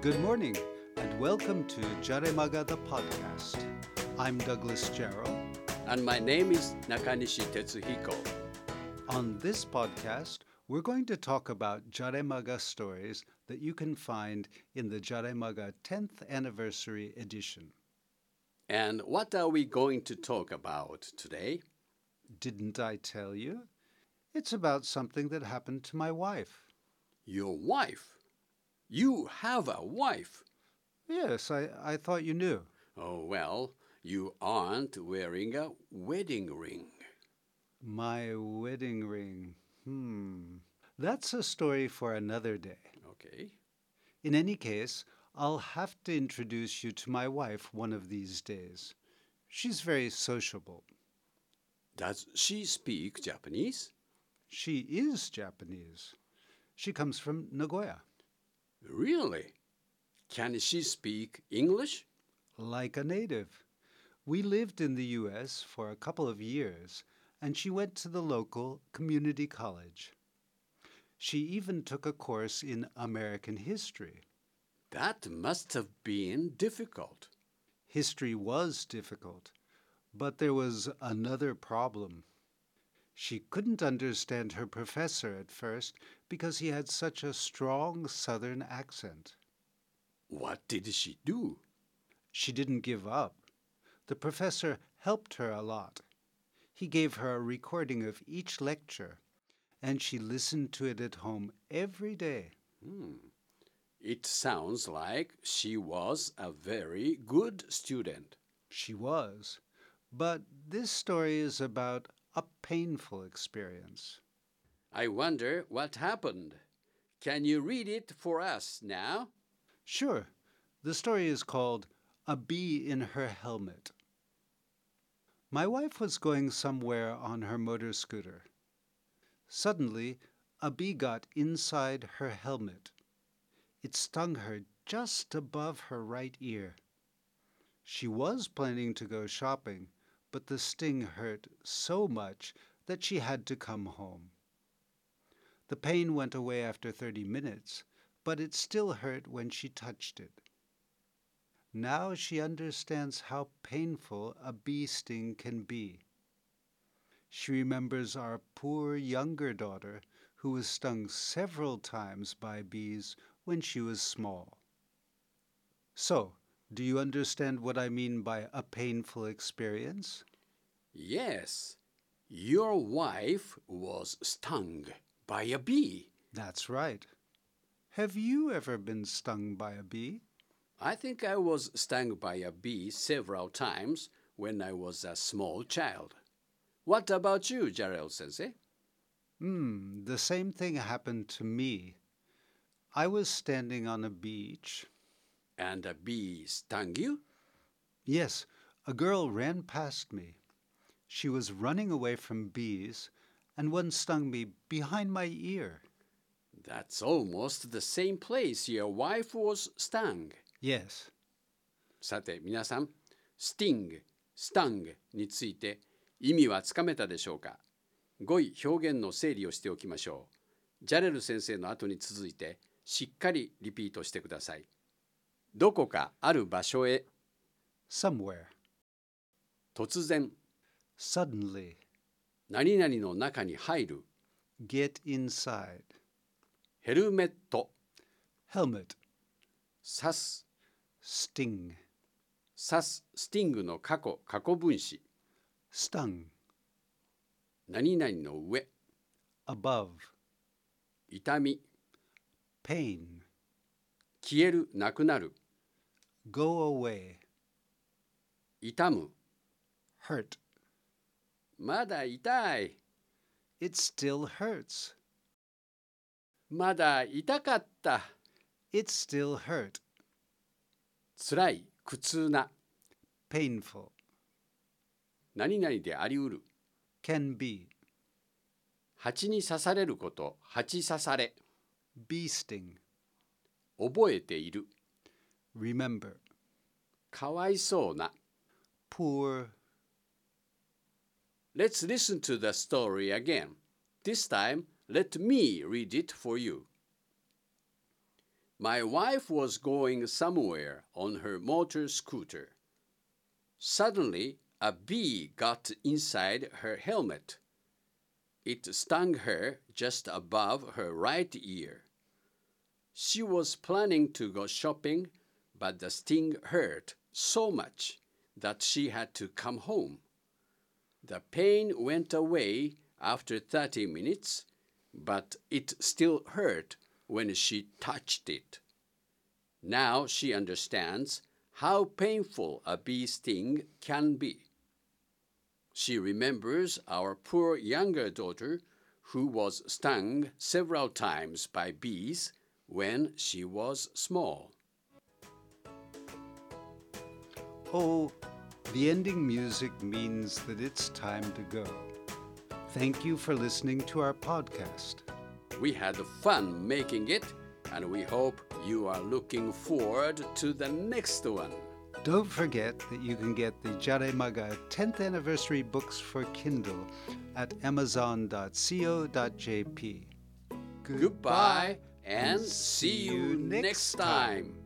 Good morning, and welcome to Jaremaga the podcast. I'm Douglas Jarrell. And my name is Nakanishi Tetsuhiko. On this podcast, we're going to talk about Jaremaga stories that you can find in the Jaremaga 10th Anniversary Edition. And what are we going to talk about today? Didn't I tell you? It's about something that happened to my wife. Your wife. You have a wife. Yes, I, I thought you knew. Oh, well, you aren't wearing a wedding ring. My wedding ring. Hmm. That's a story for another day. Okay. In any case, I'll have to introduce you to my wife one of these days. She's very sociable. Does she speak Japanese? She is Japanese. She comes from Nagoya. Really? Can she speak English? like a native. We lived in the US for a couple of years, and she went to the local community college. She even took a course in American history. That must have been difficult. History was difficult, but there was another problem. She couldn't understand her professor at first because he had such a strong southern accent. What did she do? She didn't give up. The professor helped her a lot. He gave her a recording of each lecture, and she listened to it at home every day. Hmm. It sounds like she was a very good student. She was. But this story is about a painful experience. I wonder what happened. Can you read it for us now? Sure, the story is called A Bee in Her Helmet. My wife was going somewhere on her motor scooter. Suddenly, a bee got inside her helmet. It stung her just above her right ear. She was planning to go shopping, but the sting hurt so much that she had to come home. The pain went away after 30 minutes, but it still hurt when she touched it. Now she understands how painful a bee sting can be. She remembers our poor younger daughter who was stung several times by bees when she was small. So, do you understand what I mean by a painful experience? Yes. Your wife was stung by a bee. That's right. Have you ever been stung by a bee? I think I was stung by a bee several times when I was a small child. What about you, Jarrell sensei? Hmm, the same thing happened to me. I was standing on a beach. And a bee stung you? Yes, a girl ran past me. She was running away from bees, and one stung me behind my ear. That's almost the same place your wife was stung. Yes. さて皆さん、sting、stung について意味はつかめたでしょうか語彙表現の整理をしておきましょう。ジャレル先生の後に続いてしっかりリピートしてください。どこかある場所へ Somewhere. 突然 Suddenly. 何々の中に入る Get inside. ヘルメット Helmet. 刺す Sting. 刺すスティングの過去過去分詞 Stung. 何々の上 Above. 痛み Pain. 消えるなくなる Go away. 痛む Hurt. まだ痛い It still hurts. まだ痛かった It still hurt. つらい苦痛な Painful. 何々でありうる Can be. 蜂に刺されること蜂刺され Bee sting. 覚えている Remember. かわいそうな Poor. Let's listen to the story again. This time, let me read it for you. My wife was going somewhere on her motor scooter. Suddenly, a bee got inside her helmet. It stung her just above her right ear. She was planning to go shopping, but the sting hurt so much that she had to come home. The pain went away after 30 minutes, but it still hurt when she touched it. Now she understands how painful a bee sting can be. She remembers our poor younger daughter who was stung several times by bees when she was small. Oh, the ending music means that it's time to go. Thank you for listening to our podcast. We had fun making it, and we hope you are looking forward to the next one. Don't forget that you can get the Jare Maga 10th anniversary books for Kindle at amazon.co.jp. Goodbye, and see you next time.